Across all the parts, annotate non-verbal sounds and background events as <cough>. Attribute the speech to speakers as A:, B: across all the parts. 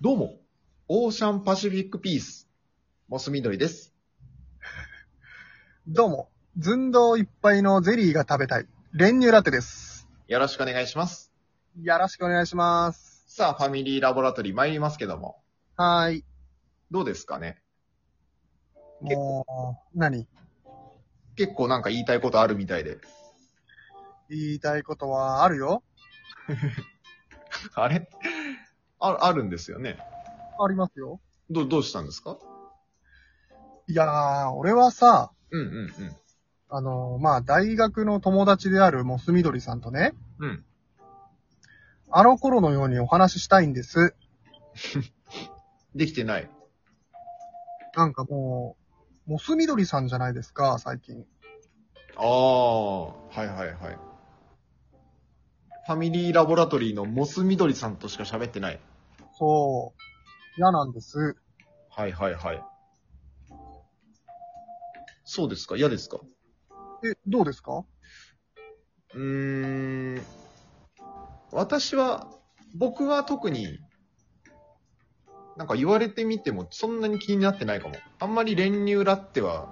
A: どうも、オーシャンパシフィックピース、モスミドリです。
B: どうも、寸胴いっぱいのゼリーが食べたい、練乳ラテです。
A: よろしくお願いします。
B: よろしくお願いします。
A: さあ、ファミリーラボラトリー参りますけども、
B: はーい。
A: どうですかね
B: もう、何
A: 結構なんか言いたいことあるみたいで。
B: 言いたいことはあるよ
A: あれああるんですよね。
B: ありますよ。
A: ど、どうしたんですか
B: いやー、俺はさ、
A: うんうんうん。
B: あのーまあ、大学の友達であるモスみどりさんとね、
A: うん。
B: あの頃のようにお話ししたいんです。
A: できてない。
B: なんかもう、モスみどりさんじゃないですか、最近。
A: ああ、はいはいはい。ファミリーラボラトリーのモスミドリさんとしか喋ってない。
B: そう。嫌なんです。
A: はいはいはい。そうですか嫌ですか
B: え、どうですか
A: うーん。私は、僕は特に、なんか言われてみてもそんなに気になってないかも。あんまり練乳ラッテは、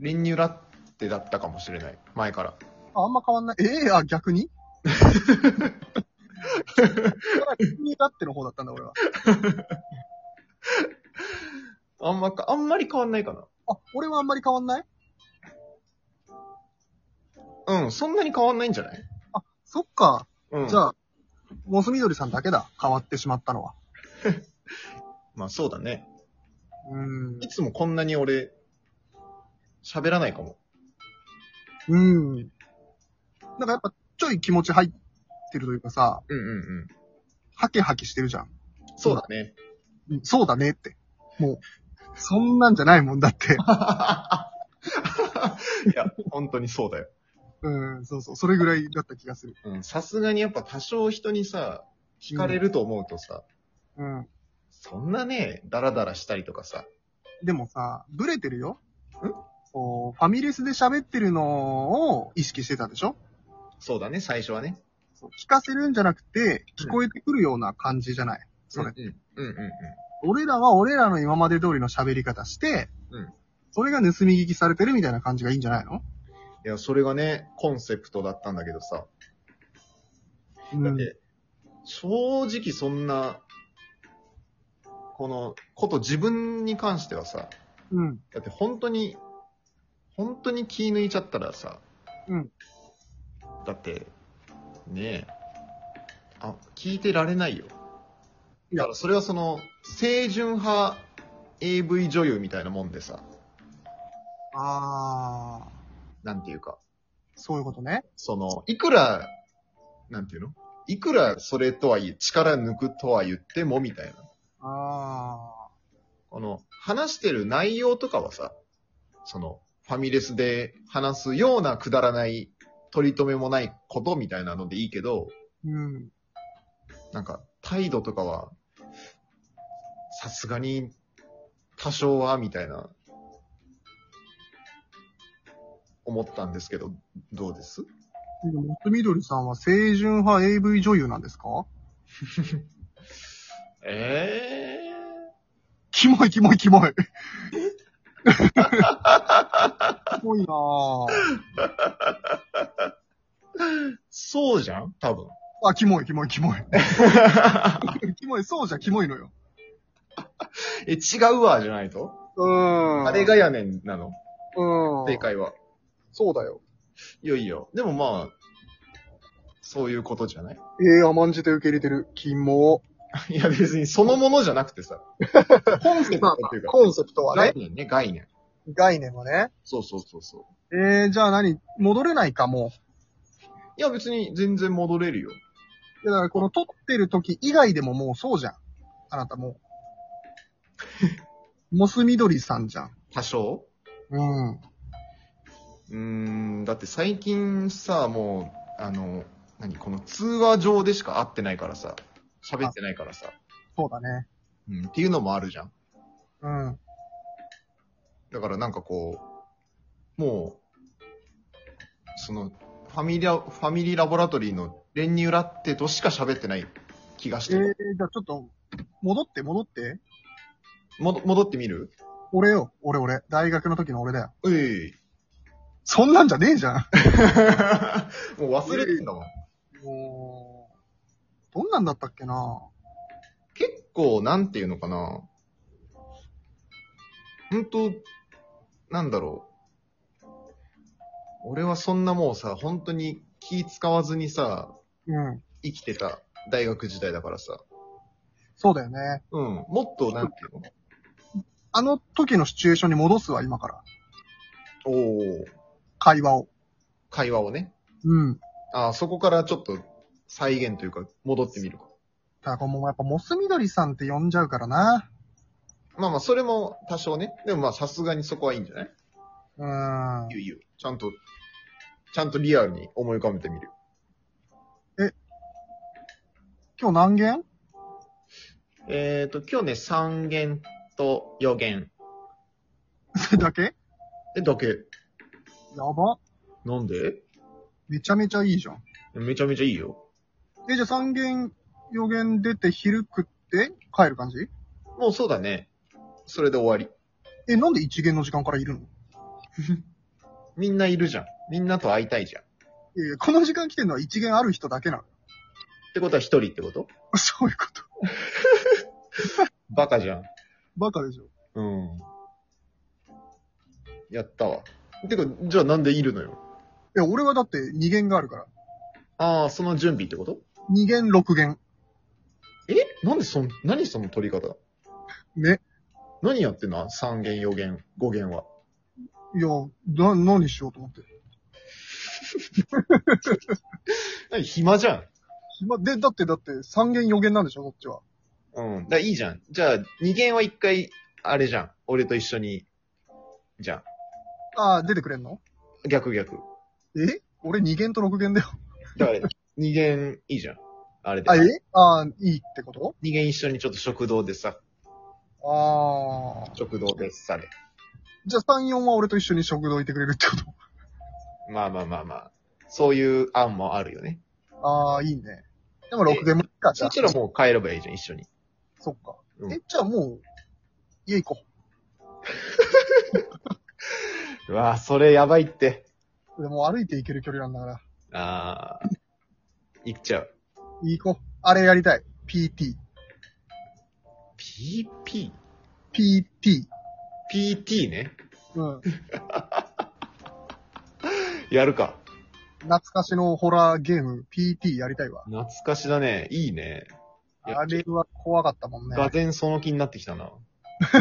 A: 練乳ラッテだったかもしれない。前から。
B: ああんま変わんない。ええあ、逆に逆にだっての方だったんだ、俺は。
A: あんまか、あんまり変わんないか
B: あ、俺はあんまり変わんない
A: な。うん、そんなに変わんないんじゃない
B: そっか。
A: うん。
B: じゃあ、モスみどりさんだけだ。変わってしまったのは。
A: まあそうだね。
B: うーん
A: い。つもこんなに俺、喋らないかも。
B: うーん。なんかやっぱ、ちょい気持ち入ってるというかさ、
A: うんうんうん。
B: ハキハキしてるじゃん。
A: そうだね。 <laughs>
B: うんそうだねって。もう、 <laughs> そんなんじゃないもんだって。
A: いや、本当にそうだよ。
B: うん、そうそう。それぐらいだった気がする。
A: うん、さすがにやっぱ多少人にさ、聞かれると思うとさ、
B: うん。
A: そんなね、ダラダラしたりとかさ。
B: でもさ、ブレてるよ。
A: ん
B: こう、ファミレスで喋ってるのを意識してたでしょ
A: そうだね、最初はね。
B: そう聞かせるんじゃなくて、聞こえてくるような感じじゃない。それ。
A: うんうんうんうんうん。
B: 俺らは俺らの今まで通りの喋り方して、
A: うん
B: それが盗み聞きされてるみたいな感じがいいんじゃないの
A: いや、それがね、コンセプトだったんだけどさ。だって、正直そんな、この、こと自分に関してはさ、
B: うん。うん。
A: だって本当に、本当に気抜いちゃったらさ、
B: うん。
A: だって、ねえ、あ、聞いてられないよ。
B: い
A: だ
B: や
A: からそれはその、清純派 AV 女優みたいなもんでさ、
B: あー、
A: なんていうか、
B: そういうことね。
A: その、いくら、なんていうのいくらそれとは言う、力抜くとは言ってもみたいな。
B: あ
A: この、話してる内容とかはさ、その、ファミレスで話すようなくだらない、取り留めもないことみたいなのでいいけど、
B: ー、うん。
A: なんか、態度とかは、さすがに、多少は、みたいな、思ったんですけど、どうです
B: でも、松みどりさんは清純派 AV 女優なんですか
A: ええ
B: キモいキモいキ
A: <laughs>
B: モい。キモいなぁ。
A: そうじゃん多分。
B: あ、キモいキモい <laughs> キモい。キモい、そうじゃキモいのよ。
A: <laughs> え、違うわ、じゃないと
B: うん
A: あれが、やねんなの
B: うん。
A: 正解は。
B: そうだよ。
A: いやいや。でもまあ、そういうことじゃない <laughs>
B: ええ甘んじて受け入れてる。キモ。
A: いや別にそのものじゃなくてさ。コンセプトっていうか、
B: コンセプトはね
A: 概。念ね、概念。
B: 概念はね。
A: そうそうそうそう。
B: えー、じゃあ何戻れないかも
A: いや別に全然戻れるよ。
B: う。いやだからこの撮ってる時以外でももうそうじゃん。あなた <laughs> もう。モスみどりさんじゃん。
A: 多少
B: うん。
A: うーん、だって最近さ、もう、あの、何、この通話上でしか会ってないからさ、喋ってないからさ、
B: そうだね。
A: うん、っていうのもあるじゃん。
B: うん。
A: だからなんかこう、もう、その、ファミリア、ファミリーラボラトリーの練乳ラッテとしか喋ってない気がして
B: えー
A: る。、
B: じゃあちょっと、戻って、戻って。
A: もど、戻ってみる
B: 俺よ。俺俺。大学の時の俺だよ。
A: うい。 <laughs>
B: そんなんじゃねえじゃん。
A: もう忘れてんだもん。
B: もう、どんなんだったっけな
A: 結構、なんていうのかな。ほんと、なんだろう。俺はそんなもうさ、本当に気使わずにさ、
B: うん。
A: 生きてた大学時代だからさ。
B: そうだよね。
A: うん。もっと、なんていうの
B: あの時のシチュエーションに戻すわ、今から。
A: おー、
B: 会話を。
A: 会話をね。
B: うん。
A: あーそこからちょっと再現というか、戻ってみるか。
B: ただこれもうやっぱモス緑さんって呼んじゃうからな。
A: まあまあ、それも多少ね。でもまあ、さすがにそこはいいんじゃないう
B: ーん。
A: いいよいいよ。ちゃんと、ちゃんとリアルに思い浮かべてみる。
B: 今日何件
A: えっ、と、今日ね、3弦と4弦。
B: それ <laughs> だけ
A: え、だけ。
B: やば。
A: なんで
B: めちゃめちゃいいじゃん。
A: めちゃめちゃいいよ。
B: え、じゃあ3軒、4軒出て昼食って帰る感じ
A: もうそうだね。それで終わり。
B: え、なんで1軒の時間からいるの
A: みんないるじゃん。みんなと会いたいじゃん。っ
B: いやいやこの時間来てるのは1軒あ <laughs> る人だけな
A: てことは一人ってこと
B: の。そういうこと。
A: バカじゃん。
B: バカでしょ。
A: うん。やったわ。てか、じゃあなんでいるのよ。
B: いや、俺はだって2軒があるから。
A: ああ、その準備ってこと
B: 2軒6軒。
A: えなんでそん、何その取り方
B: ね。
A: 何やってんの ?3 弦、4弦、5弦は。
B: いや、な、何しようと思って。
A: 何暇じゃん。
B: ま、で、だってだって3軒4軒なんでしょ、そっちは。
A: うん。だいいじゃん。じゃあ、二限は一回、あれじゃん。俺と一緒に。じゃ
B: ああ、出てくれんの
A: ん。逆逆。
B: え俺2軒と6軒だよ。
A: だから、 <laughs> 二限いいじゃん。あれで
B: あ、。えああ、いいってこと
A: 二限一緒にちょっと食堂でさ、
B: ああ。
A: 食堂でさで。
B: じゃあ3、4は俺と一緒に食堂行ってくれるってこ
A: まあまあまあまあ。そういう案もあるよね。
B: とああ、いいね。でも6軒もいいか、じ
A: そ
B: ゃあ。
A: したらもう帰ればいいじゃん、一緒に。
B: そっか。
A: うん
B: え、じゃあもう、家行こ
A: うわあそれやばいって。
B: う。でも歩いて行ける距離なんだから。
A: ああ。行っちゃう。
B: 行こう。あれやりたい。PT。
A: PP?PT
B: PT。
A: ね。
B: うん。
A: やるか。
B: 懐かしのホラーゲーム、PT やりたいわ。
A: 懐かしだね。いいね。いや
B: あれは怖かったもんね。
A: がぜんその気になってきたな。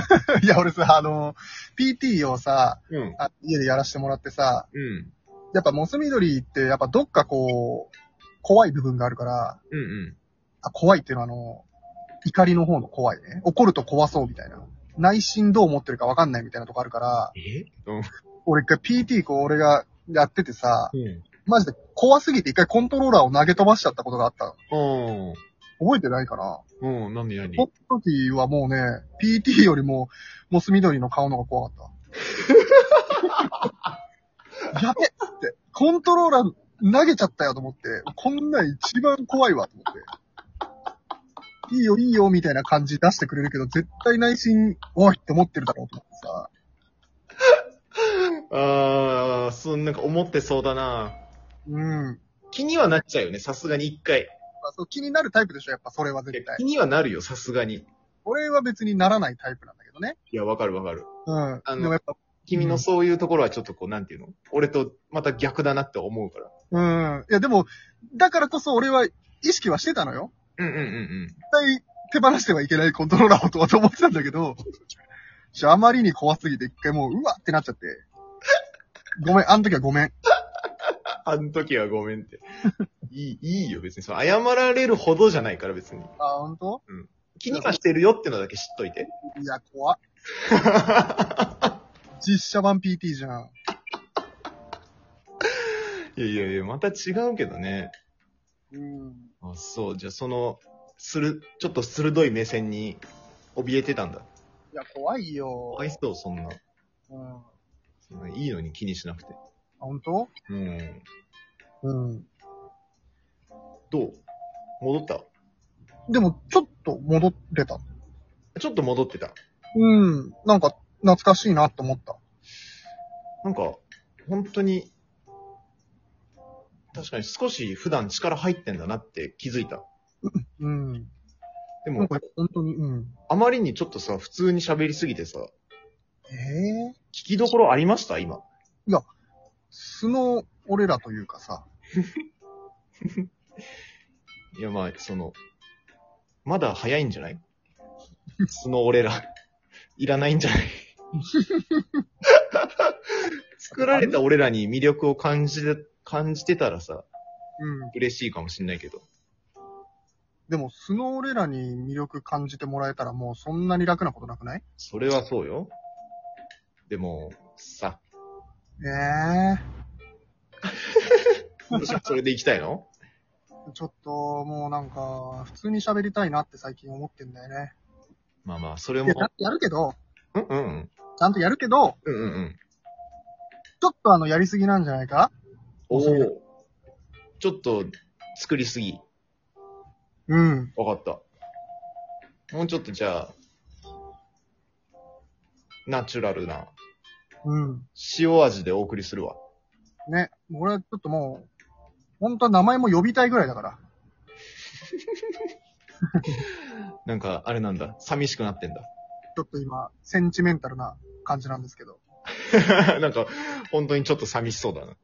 B: <laughs> いや、俺さ、あの、PT をさ、
A: うん。
B: あ家でやらせてもらってさ、
A: うん。
B: やっぱモス緑って、やっぱどっかこう、怖い部分があるから、
A: うんうん。
B: あ怖いっていうのはあの、怒りの方の怖いね。怒ると怖そうみたいな。内心どう思ってるかわかんないみたいなとこあるから、
A: えうん。
B: 俺一回 PT こう俺がやっててさ、
A: うん。
B: マジで怖すぎて一回コントローラーを投げ飛ばしちゃったことがあったの。
A: お
B: 覚えてないかな
A: ー。うん、なんで何
B: その時はもうね、PT よりも、モス緑の顔の方が怖か
A: <laughs>
B: った。やべっつって、コントローラー投げちゃったよと思って、こんなん一番怖いわと思って。いいよいいよみたいな感じ出してくれるけど、絶対内心、おいって思ってるだろうと思ってさ。
A: あー、そんなんか思ってそうだな
B: うん。
A: 気にはなっちゃうよね、さすがに一回。
B: まあ、そう気になるタイプでしょ、やっぱそれは絶対
A: 気。にはなるよ、さすがに。
B: 俺は別にならないタイプなんだけどね。
A: いや、わかるわかる。
B: うん。
A: あの
B: でもやっぱ、
A: 君のそういうところはちょっとこう、なんていうの俺とまた逆だなって思うから。
B: うん。いやでも、だからこそ俺は意識はしてたのよ。
A: うんうんうんうん。
B: 絶対手放してはいけないコントローラーをとはと思ってたんだけど、ちょあまりに怖すぎて一回もう、うわってなっちゃって。ごめん、あの時はごめん。
A: あの時はごめんって。いい、いいよ、別に。その謝られるほどじゃないから、別に。
B: あ、ほんと
A: 気にはしてるよってのだけ知っといて。
B: いや、怖っ。実写版 PT じゃん。
A: いやいやいや、また違うけどね。
B: うん。
A: あ、そう。じゃあ、その、する、ちょっと鋭い目線に怯えてたんだ。
B: いや、怖いよ。
A: かわいそう、そんな。
B: うん。あ、
A: そんないいのに気にしなくて。
B: ほんと
A: うん。
B: うん。
A: どう戻った
B: でも、ちょっと戻れた。
A: ちょっと戻ってた。
B: うん。なんか、懐かしいなと思った。
A: なんか、本当に、確かに少し普段力入ってんだなって気づいた。
B: うん。
A: で
B: なん
A: も、
B: か、本当に、うん。
A: あまりにちょっとさ、普通に喋りすぎてさ、
B: ええ
A: 聞きどころありました今。
B: 素の俺らというかさ、
A: いや、まあ、その、まだ早いんじゃないその俺ら、いらないんじ
B: <laughs>
A: ゃない作られた俺らに魅力を感じて、感じてたらさ、
B: うん。
A: 嬉しいかもしんないけど。
B: でも、素の俺らに魅力感じてもらえたらもうそんなに楽なことなくない
A: それはそうよ。でも、さ、
B: え
A: 私はそれで行きたいの
B: えちょっと、もうなんか、普通に喋りたいなって最近思ってんだよね。
A: まあまあ、それ
B: い
A: も
B: や、、ちゃんとやるけど、
A: うんうんうん。
B: ちゃんとやるけど、
A: うんうんうん。
B: ちょっとあの、やりすぎなんじゃないか
A: おーちょっと、作りすぎ。
B: うん。
A: わかった。もうちょっとじゃあ、ナチュラルな
B: うん。
A: 塩味でお送りするわ。
B: ね。俺はちょっともう、本当は名前も呼びたいぐらいだから。
A: なんか、あれなんだ。寂しくなってん
B: ちょっと今、センチメンタルな感じなんですけど。
A: だ。 <laughs> なんか、本当にちょっと寂しそうだな。あ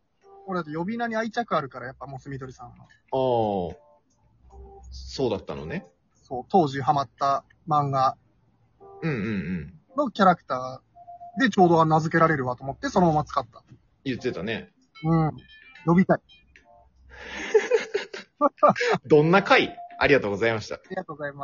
B: 俺だって呼び名に愛着あるから、やっぱもうすみどりさんは。
A: あ。そうだったのね。
B: そう、当時ハマった漫画
A: うんうんうん。
B: のキャラクターでちょうど名付けられるわと思って、そのまま使った。
A: 言ってたね。 <laughs>
B: うん。呼びたい。
A: どんな回ありがとうございました。
B: ありがとうございます。